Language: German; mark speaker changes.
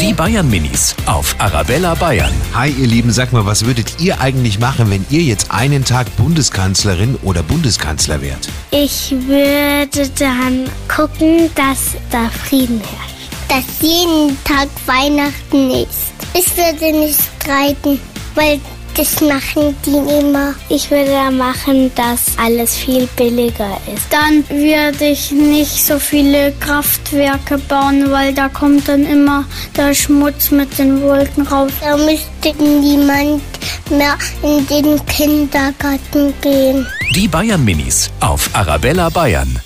Speaker 1: Die Bayern Minis auf Arabella Bayern.
Speaker 2: Hi ihr Lieben, sag mal, was würdet ihr eigentlich machen, wenn ihr jetzt einen Tag Bundeskanzlerin oder Bundeskanzler wärt?
Speaker 3: Ich würde dann gucken, dass da Frieden herrscht. Dass jeden Tag Weihnachten ist. Ich würde nicht streiten, weil das machen die immer. Ich würde dann machen, dass alles viel billiger ist. Dann würde ich nicht so viele Kraftwerke bauen, weil da kommt dann immer der Schmutz mit den Wolken raus. Da müsste niemand mehr in den Kindergarten gehen.
Speaker 1: Die Bayern Minis auf Arabella Bayern.